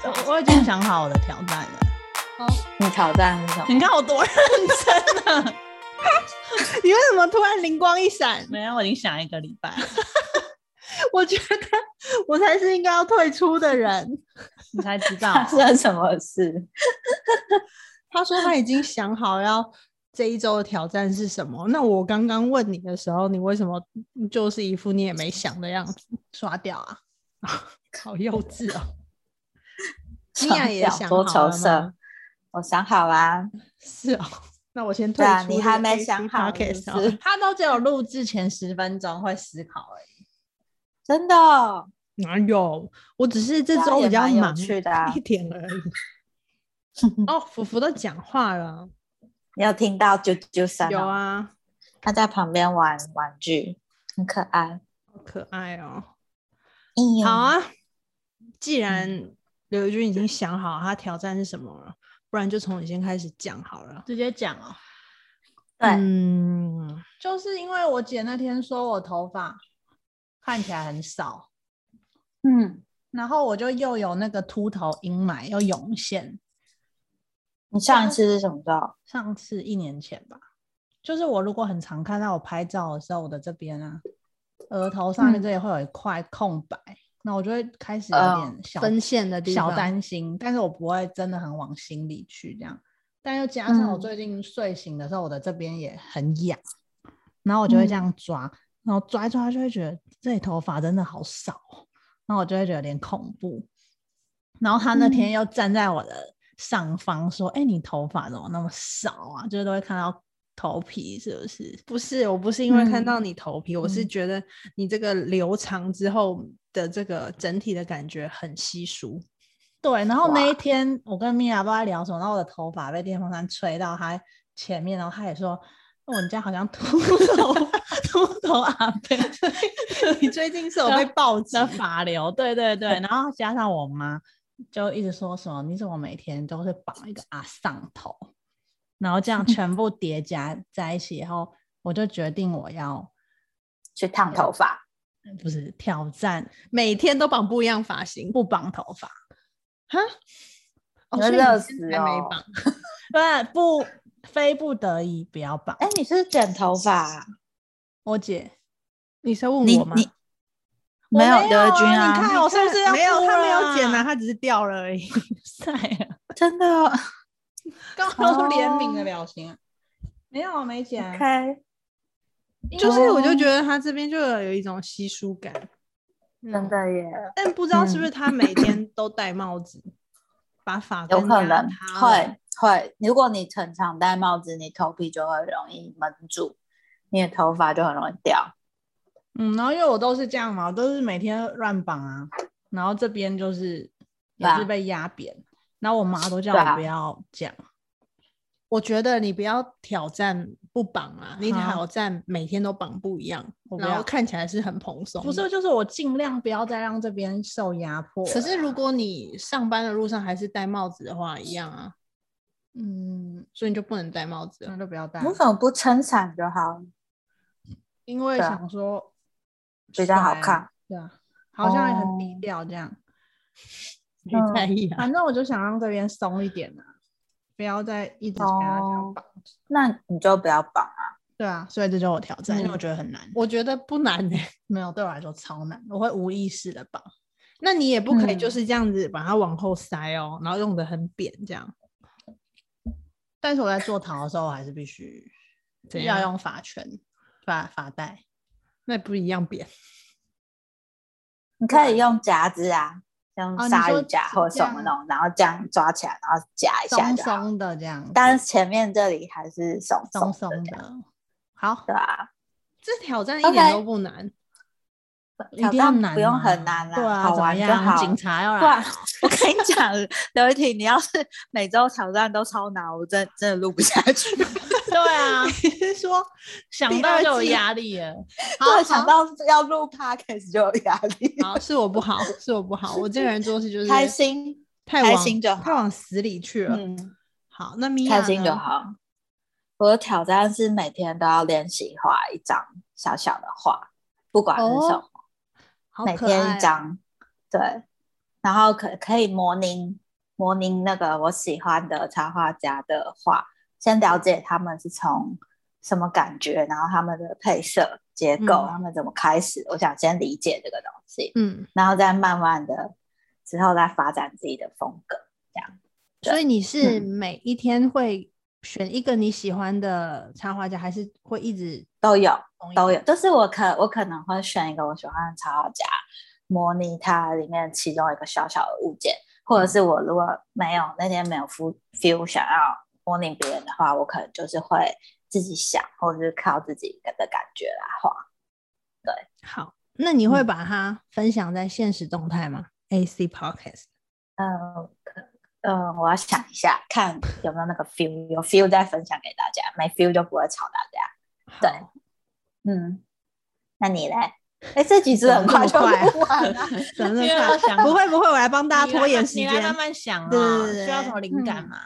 种。我我已经想好我的挑战了。你挑战是什么？你看我多认真啊！ 你为什么突然灵光一闪？没有，我已经想一个礼拜了， 我觉得我才是应该要退出的人。你才知道发生了什么事？他说他已经想好要这一周的挑战是什么。那我刚刚问你的时候，你为什么就是一副你也没想的样子？刷掉啊！ 好幼 稚哦！你米娅也想好多了愁吗色，我想好啦、是哦，那我先退对啊，出。你还没想好是不是，他都只有录制前十分钟会思考而已。真的哦、哪有？我只是这这样周啊也比较蛮有忙趣的啊一点而已。 哦，福福都讲话了，你有听到啾啾声、哦？有，啊，他在旁边玩玩具，很可爱。好可爱哦。咦好，啊，既嗯然刘宇君已经想好他挑战是什么了，不然就从你先开始讲好了。直接讲哦，对，嗯，就是因为我姐那天说我头发看起来很少，嗯，然后我就又有那个秃头阴霾又涌现。你上一次是什么时候？上次一年前吧，就是我如果很常看到我拍照的时候，我的这边啊，额头上面嗯这里会有一块空白，那我就会开始有哦点小、呃分线的地小方，担心，但是我不会真的很往心里去这样。但又加上我嗯最近睡醒的时候，我的这边也很痒，然后我就嗯会这样抓，然后抓一抓就会觉得这里头发真的好少哦，然后我就会觉得有点恐怖。然后他那天又站在我的上方说：“哎、你头发怎么那么少啊？就是都会看到头皮是不是？”不是，我不是因为看嗯到你头皮，我是嗯觉得你这个留长之后的这个整体的感觉很稀疏。对，然后那一哇天我跟米娅不知道在聊什么，然后我的头发被电风扇吹到她前面，然后她也说：“哦，你家好像秃头 秃头啊阿贝你最近 是有然被后暴击的发流。”对对对，然后加上我妈就一直说什么：“你怎么每天都是绑一个阿上头？”然后这样全部叠加在一起以后，我就决定我要去烫头发？不是挑战每天都绑不一样发型，不绑头发，你会哦所以你热现死在没哦绑。不不非不得已不要绑。哎，你是剪头发啊？我姐。你是要问你我吗？你我没有没有刘啊德军啊？你看我是不是要没有，哭他了没有剪啊，啊他只是掉了而已。晒啊，真的哦刚刚都是怜悯的表情、哦没有啊没剪啊？OK，就是我就哦觉得他这边就有一种稀疏感，真嗯，的耶，但不知道是嗯不是他每天都戴帽子，把发根有可压能塌了会会。如果你很常戴帽子，你头皮就会容易闷住，你的头发就很容易掉。嗯，然后因为我都是这样嘛，我都是每天乱绑啊，然后这边就是也对啊是被压扁，然后我妈都叫对啊我不要讲，我觉得你不要挑战不绑啊，你好挑战每天都绑不一样，我不然后要看起来是很蓬松。不是，，就是我尽量不要再让这边受压迫了啊。可是如果你上班的路上还是戴帽子的话，一样啊，嗯，所以你就不能戴帽子了那就不要戴你，为什么不撑伞就好了？因为对啊想说比较好帅啊看，对啊，好像也很低哦调这样。你在意啊？反正我就想让这边松一点啊，不要再一直给它这样哦绑。那你就不要绑啊。对啊，所以这就是我挑战，因为嗯我觉得很难。我觉得不难欸呢、没有对我来说超难，我会无意识的绑。那你也不可以就嗯是这样子把它往后塞哦，然后用的很扁这样。但是我在做陶的时候，我还是必须怎要样用发圈、发发带。那不一样扁，你可以用夹子啊，用哦你鲨说鱼夹或这什么样那种，然后这样抓起来，然后夹一下松就好。松的这样子，但是前面这里还是松松松松的这样，的。好，对啊，这挑战一 OK 点都不难。一挑定要战难，不用很难啦，对啊，好怎么玩就样好。警察要不来然， 我跟你讲，刘一婷，你要是每周挑战都超难，我真的真的录不下去。 对啊，是说想第到二就有季 压力了。对，好，想好到要录 podcast 就有压力。好是我不好，是我不好，我这个人做事 就是开心，太开往心就太好。往死里去了。嗯，好，那米娅开心就好。我的挑战是每天都要练习画一张小小的画，不管是什么，哦好每可爱天啊一张。对，然后可可以模拟模拟那个我喜欢的插画家的画，先了解他们是从什么感觉，然后他们的配色、结构，嗯他们怎么开始，我想先理解这个东西，嗯，然后再慢慢的之后再发展自己的风格。对所以你是嗯每一天会选一个你喜欢的插画家，还是会一直都有同一都个有，就是我可我可能会选一个我喜欢的插画家，模拟它里面其中一个小小的物件，或者是我如果没有那天没有 feel feel 想要模拟别人的话，我可能就是会自己想，或者是靠自己的感觉来画。好？那你会嗯把它分享在现实动态吗？AC Podcast 嗯，可嗯，我要想一下，看有没有那个 feel，有 feel 再分享给大家，没 feel 就不会吵大家。对好嗯，那你嘞？哎，这集是怎么很这么快就快啊录 完 了。怎么那么因为快我想不会不会，我来帮大家你拖来延慢时你间。来慢慢想对啊，对对需要什么灵感嗯嘛？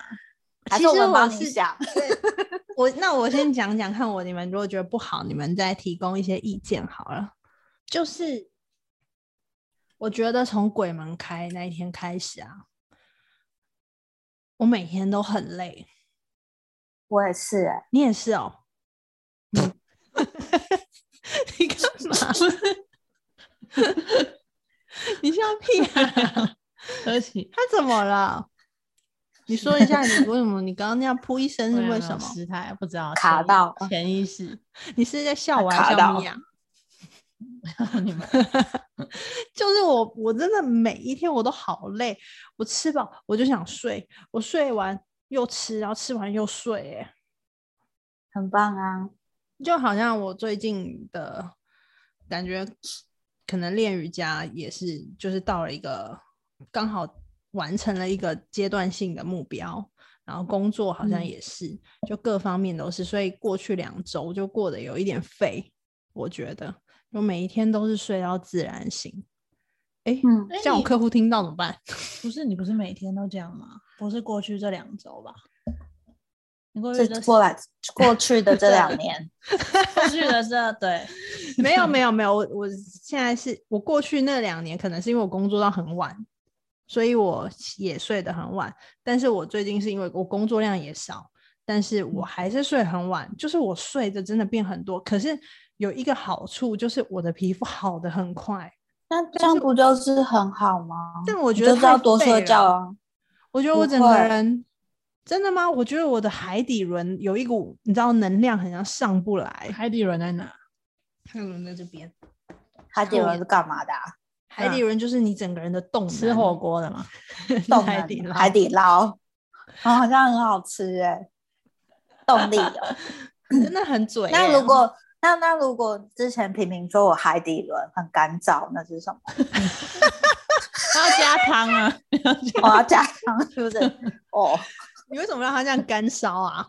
还其是我实们我帮你是想？ 我那我先讲讲看我，你们如果觉得不好，你们再提供一些意见好了。就是我觉得从鬼门开那一天开始啊，我每天都很累。我也是、哎你也是哦， 你干嘛？ 你笑屁啊！ 对不起，他怎么了？你说一下，你为什么？你刚刚那样噗一声没是有为没有什么？失态不知道卡潜意到潜意识，你是在笑我卡还是笑到你啊？你们 就是我，我真的每一天我都好累，我吃饱我就想睡，我睡完又吃，然后吃完又睡、欸，很棒啊！就好像我最近的感觉，可能练瑜伽也是，就是到了一个刚好完成了一个阶段性的目标，然后工作好像嗯也是，就各方面都是，所以过去两周就过得有一点废，我觉得，就每一天都是睡到自然醒。哎、嗯哎像我你客户听到怎么办？不是你不是每天都这样吗？不是过去这两周吧？你过去这这过 来过去的这两年，过去的这对， 没有没有没有，我我现在是我过去那两年，可能是因为我工作到很晚，所以我也睡得很晚。但是我最近是因为我工作量也少，但是我嗯还是睡很晚，就是我睡的真的变很多。可是有一个好处就是我的皮肤好的很快，那这样不就是很好吗？但我哦你觉得就是要太多废睡了觉啊。我觉得我不整个会人真的吗？我觉得我的海底轮有一股你知道能量很像上不来，海底轮在哪？海底轮在这边，海底轮是干嘛的、啊？ 海底嗯轮就是你整个人的动吃能火锅 的嘛？动海能底捞海底捞，啊，好像很好吃哎、动 力哦。 真的很嘴耶。那如果那那如果之前平平说我海底轮很干燥，那是什 么？他要加汤啊，我要加糖是 不是？哦，你为什么让他这样干烧啊？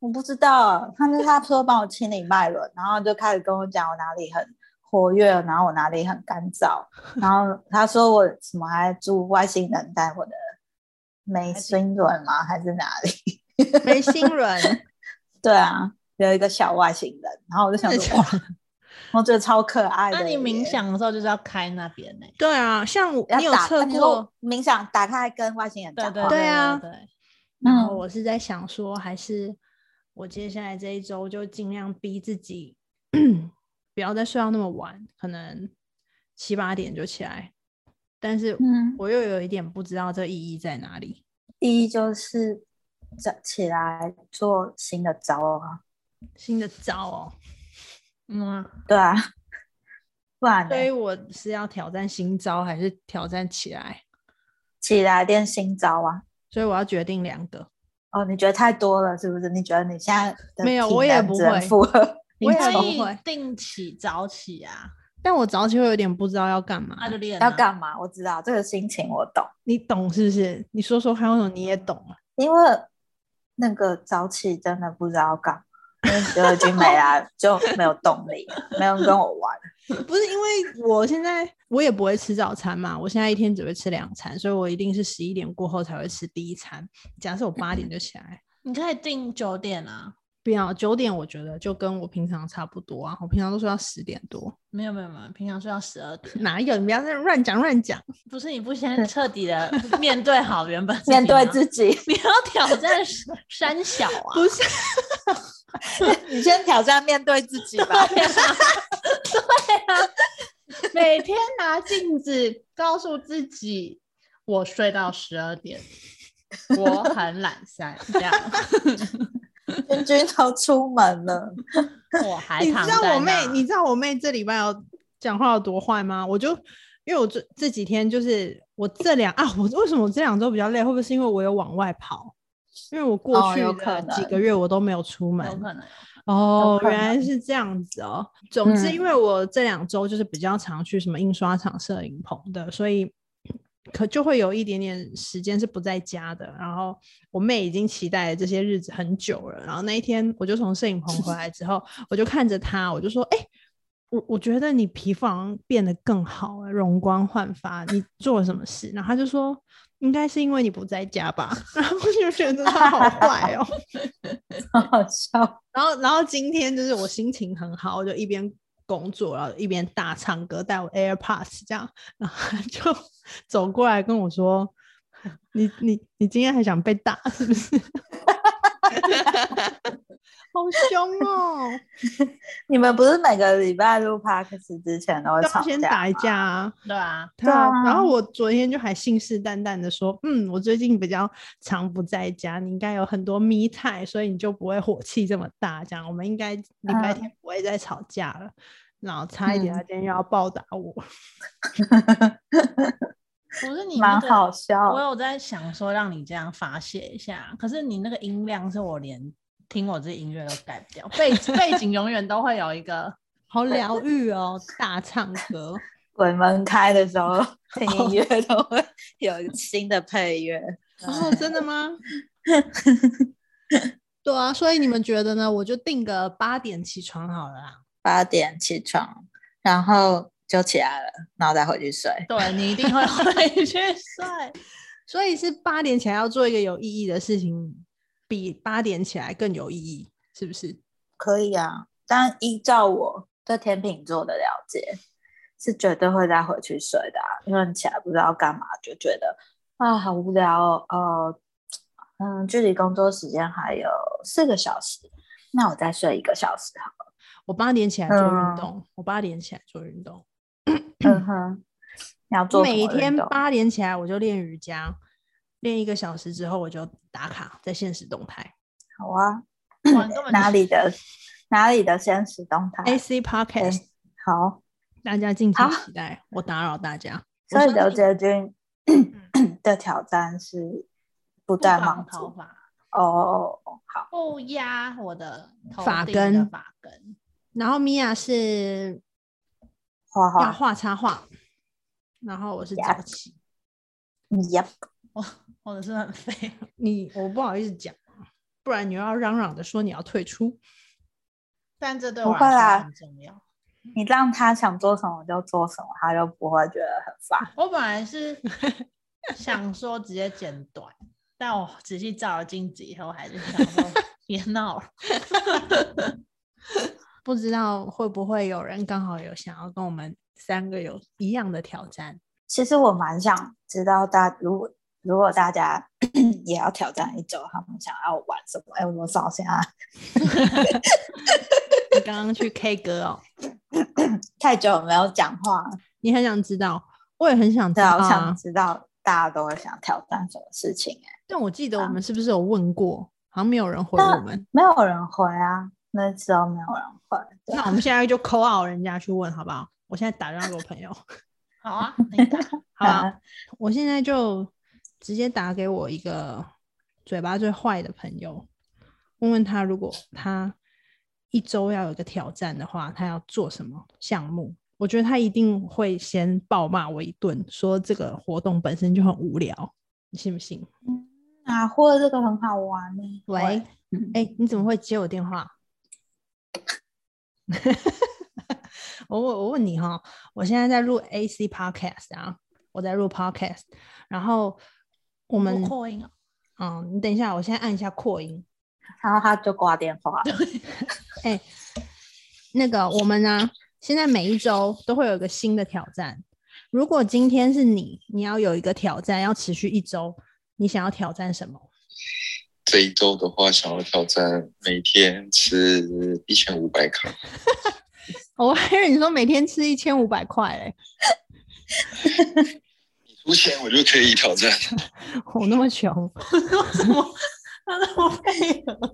我不知道，他是他说帮我清理脉轮，然后就开始跟我讲我哪里很活跃，然后我哪里很干 燥，然后他说我什么还住外星人带我的眉心轮吗？还是哪里？ 没心人，对啊，有一个小外星人，然后我就想真的 说，哇，我觉得超可爱的。那你冥。想的时候就是要开那边呢、对啊，像 我要你有打测你说过？冥想，打开跟外星人讲对话。对对啊对，然后嗯哦我是在想说，还是我接下来这一周就尽量逼自己， 不要再睡到那么晚，可能七八点就起来。但是嗯，我又有一点不知道这意义在哪里。第一就是早起来做新的招啊，新的招哦，嗯啊，对啊， 不然呢所以我是要挑战新招，还是挑战起来？起来练新招啊。所以我要决定两个。哦，你觉得太多了是不是？你觉得你现在的没有体我也能不只能会负荷你我也可不以会定期早起啊，但我早起会有点不知道要干嘛。那就练、啊、要干嘛？我知道这个心情我懂，你懂是不是？你说说看，为什么你也懂啊？ 因为那个早起真的不知道干嘛，因为觉得已经没啦，就没有动力，没有人跟我玩。不是因为我现在我也不会吃早餐嘛，我现在一天只会吃两餐，所以我一定是十一点过后才会吃第一餐。假设我八点就起来，你可以定九点啊，不要九点，我觉得就跟我平常差不多啊。我平常都睡到十点多，没有没有没有，平常睡到十二点，哪有？你不要在那乱讲乱讲。啊不是你不先彻底的面对好原本面对己自己，啊吗，你要挑战山山小 啊，不是，你先挑战面对自己吧。每天拿镜子告诉自己，我睡到十二点，我很懒散，这样君君都出门了，我还你躺知道在我妹那，你知道我妹这礼拜要讲话有多坏吗？我就因为我这这几天就是我这两 啊，我为什么这两周比较累？会不会是因为我有往外跑？因为我哦过去有可的几能个月我都没有出门，有可能哦，可原来是这样子哦。总之，因为我这两周就是比较常去什么印刷厂、摄影棚的，所以可就会有一点点时间是不在家的。然后我妹已经期待这些日子很久了。然后那一天，我就从摄影棚回来之后，我就看着她，我就说：“哎、我我觉得你皮肤好像变得更好了，容光焕发。你做了什么事？”然后她就说。应该是因为你不在家吧，然后我就觉得她好坏哦。好笑。然后，然后今天就是我心情很好，我就一边工作，然后一边大唱歌，带我 AirPods 这样，然后他就 走过来跟我说：“你你你今天还想被打是不是？” 好凶 哦！你们不是每个礼拜录 podcast 之前都会要吵先架打一吗架啊！对啊，他，啊然后我昨天就还信誓旦旦的说，嗯，我最近比较常不在家，你应该有很多 me time，所以你就不会火气这么大。这样，我们应该礼拜嗯天不会再吵架了。然后差一点，他今天又要暴打我。 不是你那蛮个好笑我的。有在想说让你这样发泄一下，可是你那个音量是我连听我自己音乐都改不掉，背背景永远都会有一个。好疗愈哦，大唱 歌。鬼门开的时候 听音乐都会 有一个新的配乐。哦，真 的吗？对啊，所以你们觉得呢？我就定个八点起床好了啦。八点起床，然后就起来了，然后再回去睡。对你一定会 回去睡，所以是八点起来要做一个有意义的事情，比八点起来更有意义，是不是？可以啊，但依照我对天秤座的了解，是绝对会再回去睡的、啊，因为你起来不知道干嘛，就觉得啊好无聊哦。呃嗯，距离工作时间还有四个小时，那我再睡一个小时好了。我八点起来做运嗯动，我八点起来做运动，嗯哼，你要做什么每运天动八点起来我就练瑜伽，练一个小时之后我就打卡在现实动态好啊，哇根本哪就里的哪里的现实动态？哎，AC Podcast，、好，大家敬请好期待，我打扰大家。所以相刘信嗯杰君 的挑战是不不戴绑帽头子发，哦，好，不压我的头发顶的根发根。然后米娅是花要花画插画，然后我是早 Yeah 起， ，Yep，或者是很肥， 你我不好意思讲，不然你又要嚷嚷的说你要退出。但这对不我会来啦说很重要。你让他想做什么就做什么，他就不会觉得很烦。我本来是想说直接剪短，但我仔细照了镜子以后，还是想说 别闹了。不知道会不会有人刚好有想要跟我们三个有一样的挑战？其实我蛮想知道大，如果如果大家 也要挑战一周，他们想要玩什么？哎，我找一下，你刚刚去 K 歌哦，太久没有讲话了，你很想知道，我也很想知对道嗯啊，我啊。想知道大家都会想挑战什么事情、哎，但我记得我们是不是有问过，好像没有人回我们。没有人回啊，那时候没有人回。对那我们现在就 call out 人家去问好不好？我现在打电话给我朋友，好啊，你打。好啊、我现在就直接打给我一个嘴巴最坏的朋友，问问他，如果他一周要有一个挑战的话，他要做什么项目？我觉得他一定会先暴骂我一顿，说这个活动本身就很无聊，你信不信？啊，或者这个很好玩呢、喂，哎、嗯你怎么会接我电话？ 我问我问你哈，我现在在录 AC podcast 啊，我在录 podcast，然后我我们扩音哦，嗯，你等一下，我先按一下扩音。然后他就挂电话 了。那个我们呢，现在每一周都会有一个新的挑战。如果今天是你，你要有一个挑战，要持续一周，你想要挑战什么？ 这一周的话，想要挑战每天吃一千五百卡，我还以为你说每天吃一千五百块嘞，你出钱我就可以挑战。 我那么 穷，怎么他那么配合？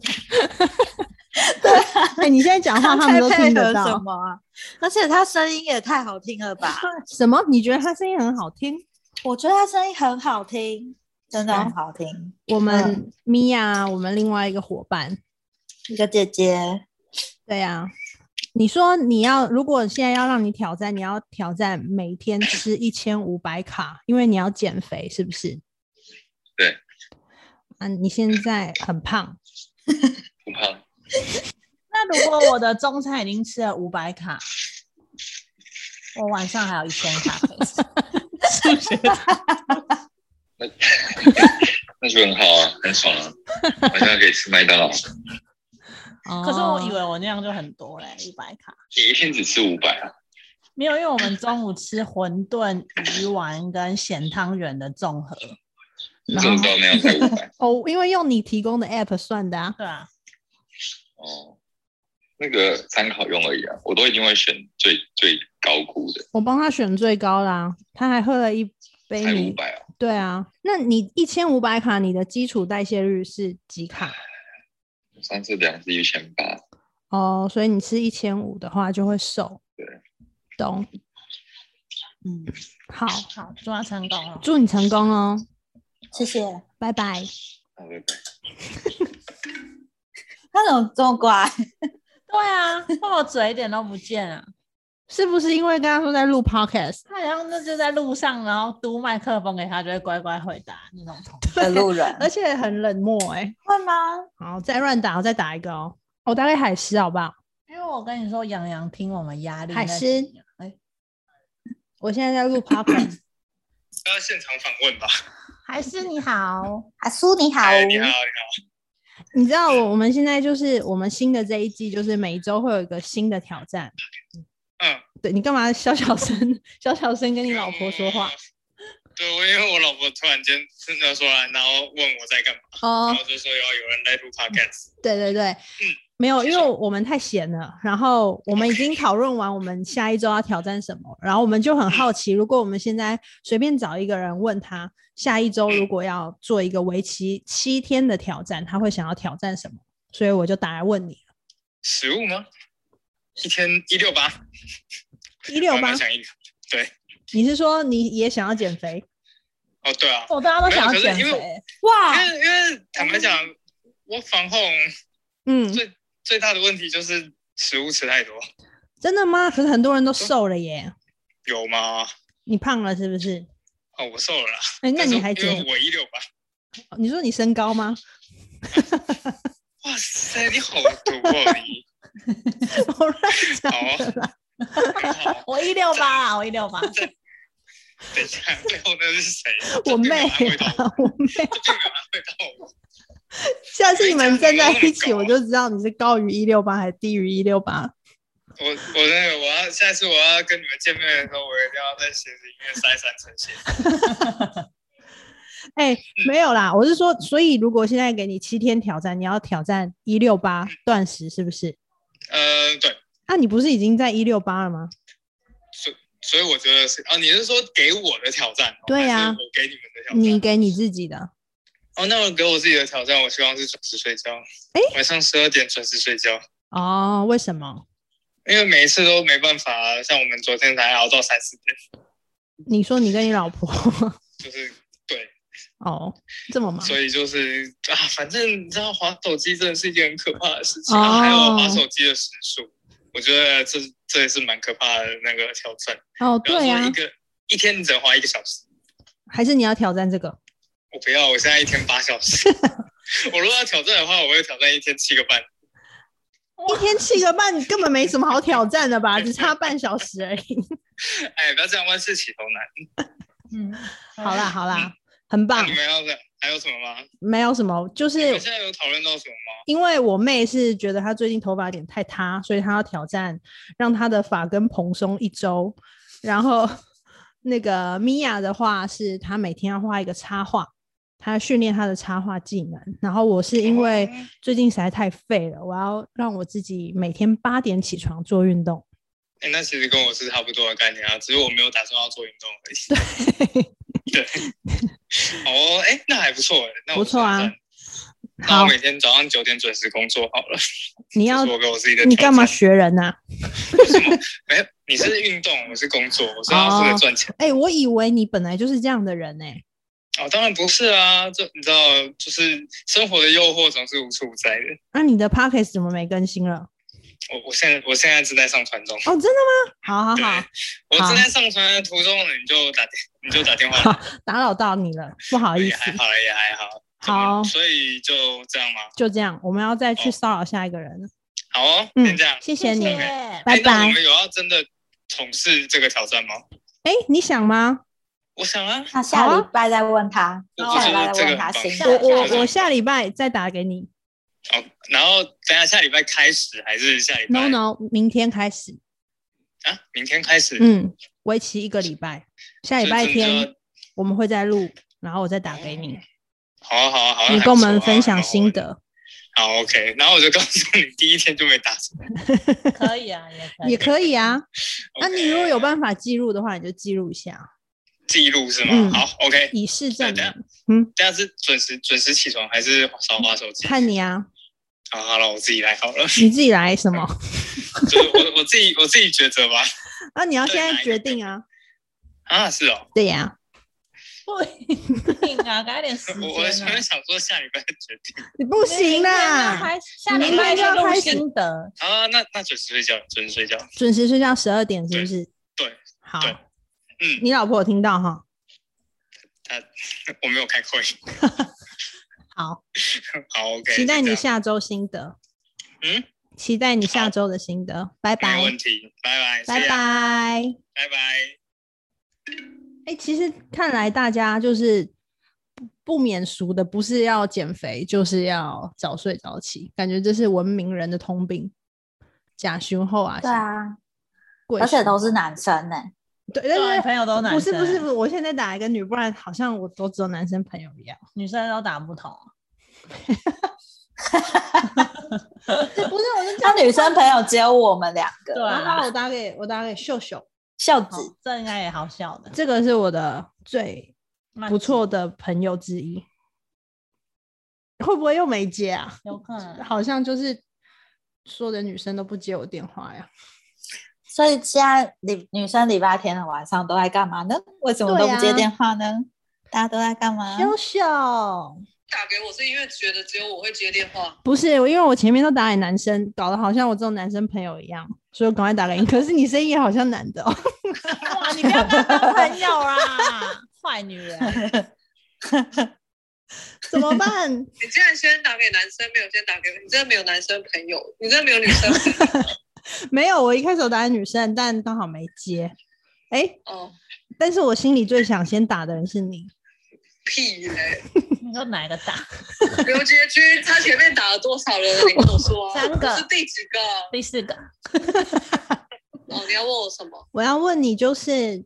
哎、你现在讲话他们都在配听得合什到。么啊？而且他声音也太好听了吧！什么？你觉得他声音很好听？我觉得他声音很好听，真的很好听。我嗯们米娅，我们另外一个伙伴，一个姐姐，对呀、你说你要，如果现在要让你挑战，你要挑战每天吃一千五百卡，因为你要减肥，是不是？对。啊，你现在很胖，不怕， 那如果我的中餐已经吃了五百卡，我晚上还有一千卡可以吃， 那就很好啊，很爽啊，晚上可以吃麦当劳。可是我以哦为我那样就很多嘞，五百卡你一天只吃五百啊？没有，因为我们中午吃馄饨、鱼丸跟咸汤圆的综合，你怎么知道那样才五百？哦，因为用你提供的 app 算的啊。对啊，哦，那个参考用而已啊，我都一定会选最最高估的，我帮他选最高啦，他还喝了一杯才五米。百啊。对啊，那你一千五百卡，你的基础代谢率是几卡？我上次量是一千八，哦，所以你吃一千五的话就会瘦。对，懂。嗯，好，好，祝他成功了。祝你成功哦，谢谢。拜拜。那个他怎么这么乖？ 对啊，那我嘴一点都不见了，是不是因为刚刚说在录 podcast？他好像那就在路上，然后嘟麦克风给他，就会乖乖回答那种同学。的路人而且很冷漠哎、会吗？好，再乱打，我再打一个哦。我、打给海狮好不好？因为我跟你说，杨洋听我们压力海那狮几年，哎，我现在在录 podcast。大家现场访问吧。海狮你好，阿苏你好，哎，你好，你好。你知道我我们现在就是我们新的这一季，就是每一周会有一个新的挑战。嗯，对你干嘛小小声 小小声跟你老婆说话？嗯对，我因为我老婆突然间真的说来，然后问我在干嘛，哦然，后就说要有人来录 podcast。对对对，嗯没有，因为我们太闲了，然后我们已经讨论完我们下一周要挑战什么，然后我们就很好奇，如果我们现在随便找一个人问他，下一周如果要做一个为期七天的挑战，他会想要挑战什么？所以我就打来问你了，食物吗？一天一六八，一六我还八蛮，想一对。你是说你也想要减肥？哦，对啊，我大家都想要减没有可是因为肥，哇，因为因为坦白讲，我防控嗯，最最大的问题就是食物吃太多，真的吗？可是很多嗯人都瘦了耶，有吗？你胖了是不是？哦，我瘦了啦。哎、那但是你还因为减？我一六八，你说你身高吗？ 哇塞，你好毒 哦，你我乱讲好的啦。很好。 我一六八啊，我一 六八，等一下，最后那是谁？我妹啊这并没有安慰到我，我妹，这并没有安慰到我。下次你们站在一起，这样子我就知道你是高于一六八还是低于一六八。我我那个我要下次我要跟你们见面的时候，我一定要在鞋子里面塞三层鞋。哎，没有啦，我是说，所以如果现在给你七天挑战，你要挑战一六八断食，是不是？呃，对，那、你不是已经在一六八了吗？所以我觉得是啊，你是说给我的挑战哦？对啊还是我给你们的挑战。你给你自己的，哦，那我给我自己的挑战，我希望是准时睡觉，诶晚上十二点准时睡觉，哦，为什么？因为每一次都没办法，像我们昨天才熬到三四点，你说你跟你老婆就是对，哦，这么忙，所以就是啊，反正你知道，滑手机真的是一件很可怕的事情，哦然后还有滑手机的时数，我觉得这这也是蛮可怕的那个挑战。哦，比方对说啊一，个、一天你只能滑一个小时，还是你要挑战这个？我不要，我现在一天八小时。 我如果要挑战的话，我会挑战一天七个半。一天七个半，你根本没什么好挑战的吧？只差半小时而已。 哎，不要这样，万事起头难。嗯，好啦，好啦，很那棒你。们要在还有什么吗？没有什么，就是你们现在有讨论到什么吗？因为我妹是觉得她最近头发有点太塌，所以她要挑战让她的发根蓬松一周。然后那个米娅的话是她每天要画一个插画，她要训练她的插画技能。然后我是因为嗯最近实在太废了，我要让我自己每天八点起床做运动。 哎、那其实跟我是差不多的概念啊，只是我没有打算要做运动而 已。对，好哦，哎、那还不错哎、那我不错啊挑战。那好我每天早上九点准时工作好了。你这要是我给我自己的你挑干嘛战？学人啊呐、没有，你是运动，我是工作，我是要负责赚钱。哎、我以为你本来就是这样的人呢、哦当然不是啊，这你知道，就是生活的诱惑总是无处不在的。那、啊你的 podcast 怎么没更新了？我我现在我现在正在上传中，哦，真的吗？好好好，我好正在上传的途中，你就打电你就打电话好，打扰到你了，不好来，意也思。还好，也还好。怎么好，所以就这样嘛。就这样，我们要再哦去骚扰下一个人了。好哦，嗯先这样，谢谢你，哎拜哎那我拜。们有要真的从事这个挑战吗？哎，你想吗？我想啊，那下礼拜再问他，我下礼拜再觉得哦这问个他很棒新我的挑对对战我对我下礼拜再打给你。好，哦然后等一下下礼拜开始还是下礼拜 No No，明天开始，啊？明天开始，嗯，为期一个礼拜。下所以礼拜真的就要天我们会再录，然后我再打给你，好啊好啊好啊，你还跟我不错们啊分享心。蛮好玩的得好，OK，然后我就告诉你，第一天就没打什么。可以啊，也可也以。可以嗯啊。那 OK，你如果有办法记录的话，你就记录一下，记录是吗嗯？好，OK，以示证对明。这样是准时准时起床还是少滑手机？看你啊，好，好了，我自己来好了，你自己来什么？就是我我自己我自己抉择吧。 啊，你要现嗯对哪在一决个定啊。啊，是哦，对呀，不一定啊，给他点时我间我啊想。想说下礼拜决定你不行啊啦，啦。还下礼拜就录心得，啊，那那准时睡觉，准时睡觉。准时睡觉十二点是不对是？对，好，对嗯，你老婆有听到哈？他啊我没有开会。 好，好，OK，期待就这你样下周心得。嗯，期待你下好周的心得。拜没拜问，题，拜拜，拜 see ya，拜。拜拜。哎、其实看来大家就是不不免俗的，不是要减肥，就是要早睡早起，感觉这是文明人的通病。假胸后啊，对，啊，贵而且胸都是男生呢、对，对，啊但是朋友都男不是生，不是不是，我现在打一个女，不然好像我都只有男生朋友一样。女生都打不同。不是，我是他女生朋友只有我们两个，对啊那我打给我打给秀秀，秀好子，这应该也好笑的，这个是我的最慢不错的朋友之一。会不会又没接啊？有可能。好像就是说的女生都不接我电话呀。所以现在礼女生礼拜天的晚上都在干嘛呢？为什么对都啊不接电话呢？大家都在干嘛？秀秀打给我是因为觉得只有我会接电话，不是我，因为我前面都打给男生，搞得好像我这种男生朋友一样，所以我赶快打给你。可是你声音也好像男的哦。 哇，你不要跟他当朋友啊啦， 坏女人。怎么办？你竟然先打给男生，没有先打给我，你真的没有男生朋友，你真的没有女生朋友没有，我一开始有打给女生，但刚好没接。哎、哦，但是我心里最想先打的人是你。 屁嘞、你说哪一个大？刘杰军他前面打了多少人？你跟我说、啊三个我是第几个？啊第四个，哦，你要问我什么？我要问你，就是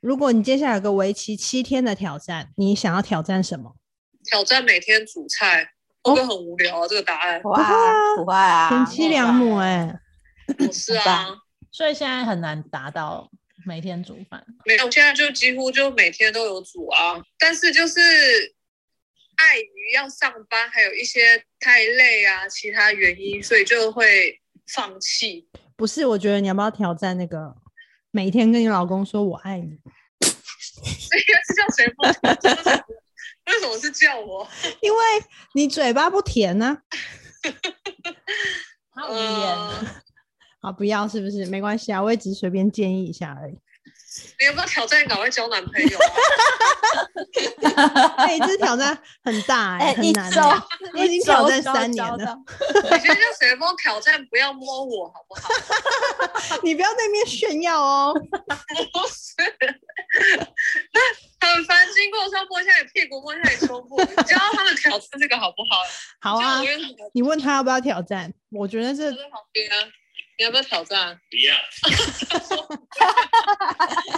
如果你接下来有个为期七天的挑战，你想要挑战什么？挑战每天煮菜，会不会很无聊啊？这个答案哦不会啊，不会贤啊，妻良母、哎，不是啊，所以现在很难达到每天煮饭。没有，现在就几乎就每天都有煮啊，但是就是碍于要上班，还有一些太累啊，其他原因，所以就会放弃。不是，我觉得你要不要挑战那个每天跟你老公说我爱你？ 哦这应该是叫谁不懂？为什么是叫我？因为你嘴巴不甜呢、他无言，呃啊。不要是不是？没关系啊，我也只是随便建议一下而已。你有没有挑战赶快交男朋友、啊？哎、这挑战 很大哎、哎、很一难周哎、 我已经挑战三年，一周了，你先叫谁帮我挑战，不要摸我好不好？你不要在那边炫耀哦。嗯不是，很烦，经过的时候摸一下你屁股，摸一下你胸部，你教他们挑战这个好不好？好啊你，知道我你问他要不要挑战？我觉得这 嗯就在旁边啊，你要不要挑战？不要，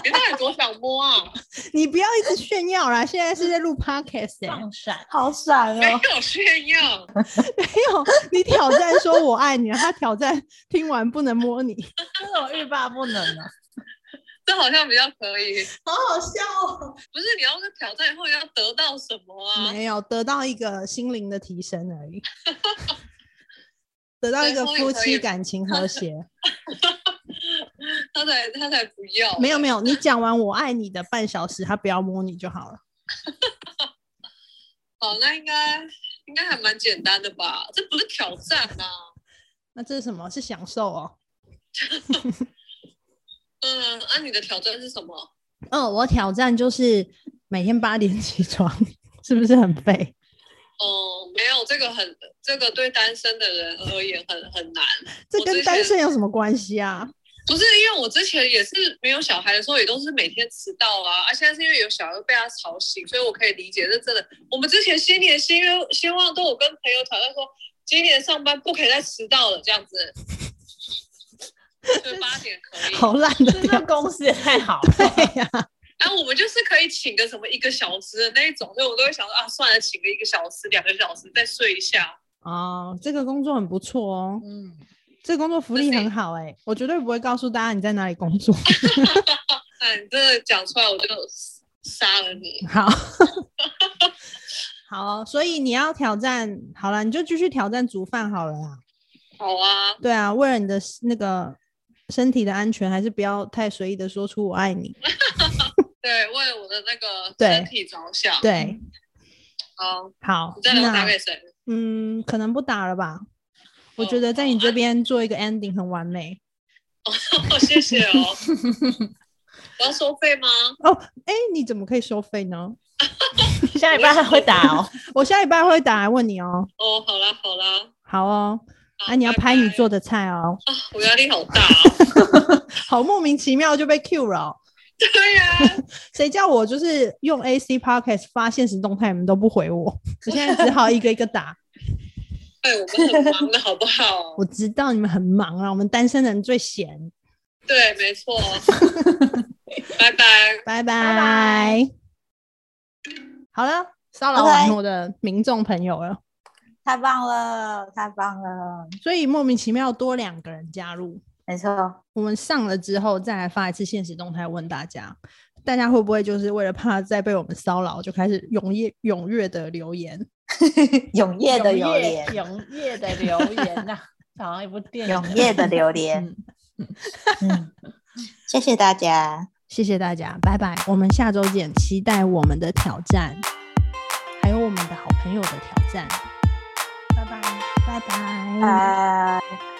你到底多想摸啊？你不要一直炫耀啦，现在是在录 podcast 哎、放闪，好爽没哦！有炫耀，没有 你挑战说我爱你，然后他挑战听完不能摸你，这种欲罢不能啊，这好像比较可以。好好笑哦！不是你要是挑战以后你要得到什么啊？没有得到一个心灵的提升而已，得到一个所以夫说也可以妻感情和谐。他才他才不要，没有没有，你讲完我爱你的半小时，他不要摸你就好了。好，哦那应该应该还蛮简单的吧？这不是挑战啊。那这是什么？是享受哦。嗯，那、你的挑战是什么？嗯、我挑战就是每天八点起床， 是不是很废？哦、没有，这个很，这个对单身的人而言很很难。这我跟之单前身有什么关系啊？不是因为我之前也是没有小孩的时候，也都是每天迟到啊。啊，现在是因为有小孩会被他吵醒，所以我可以理解，这真的。我们之前新年新愿希望都有跟朋友讨论说，今年上班不可以再迟到了，这样子。对，八点可以。好烂的啊这挑个公司也太好了，战呀、然后我们就是可以请个什么一个小时的那一种，所以我都会想说啊，算了，请个一个小时、两个小时再睡一下。哦，这个工作很不错哦，嗯，这个工作福利很好哎、我绝对不会告诉大家你在哪里工作。啊，你真的讲出来，我就杀了你。好， 好，哦所以你要挑战，好了，你就继续挑战煮饭好了啦。好啊，对啊，为了你的那个身体的安全，还是不要太随意的说出我爱你。对，为了我的那个对身体着想。，对，好，好，你再来我打那给谁？ 嗯，可能不打了吧。我觉哦得在你好这边做一个 ending 很完美哦，谢谢 哦。我要收费吗？哦。哎、你怎么可以收费呢？下礼拜还会打哦。我下礼拜会打来问你哦。哦，好啦好啦，好哦，好啊，你要拜拍你拜做的菜哦。啊，我压力好大 哦。好莫名其妙就被 Q 了哦、对呀、谁叫我就是用 AC Podcast 发现实动态，你们都不回我，我现在只好一个一个打。哎，我们很忙的好不好我？知道你们很忙啊，我们单身人最闲。对，没错。哦 拜拜。拜拜拜拜。好了，骚扰完 OK 我的民众朋友了，太棒了，太棒了，所以莫名其妙多两个人加入。没错，我们上了之后再来发一次现实动态问大家，大家会不会就是为了怕再被我们骚扰，就开始踊跃踊跃的留言？永夜的榴永莲夜，永夜的榴莲呐、好像一部电影。永夜的榴莲，嗯，嗯，谢谢大家，谢谢大家，拜拜，我们下周见，期待我们的挑战，还有我们的好朋友的挑战，拜拜，拜拜，拜。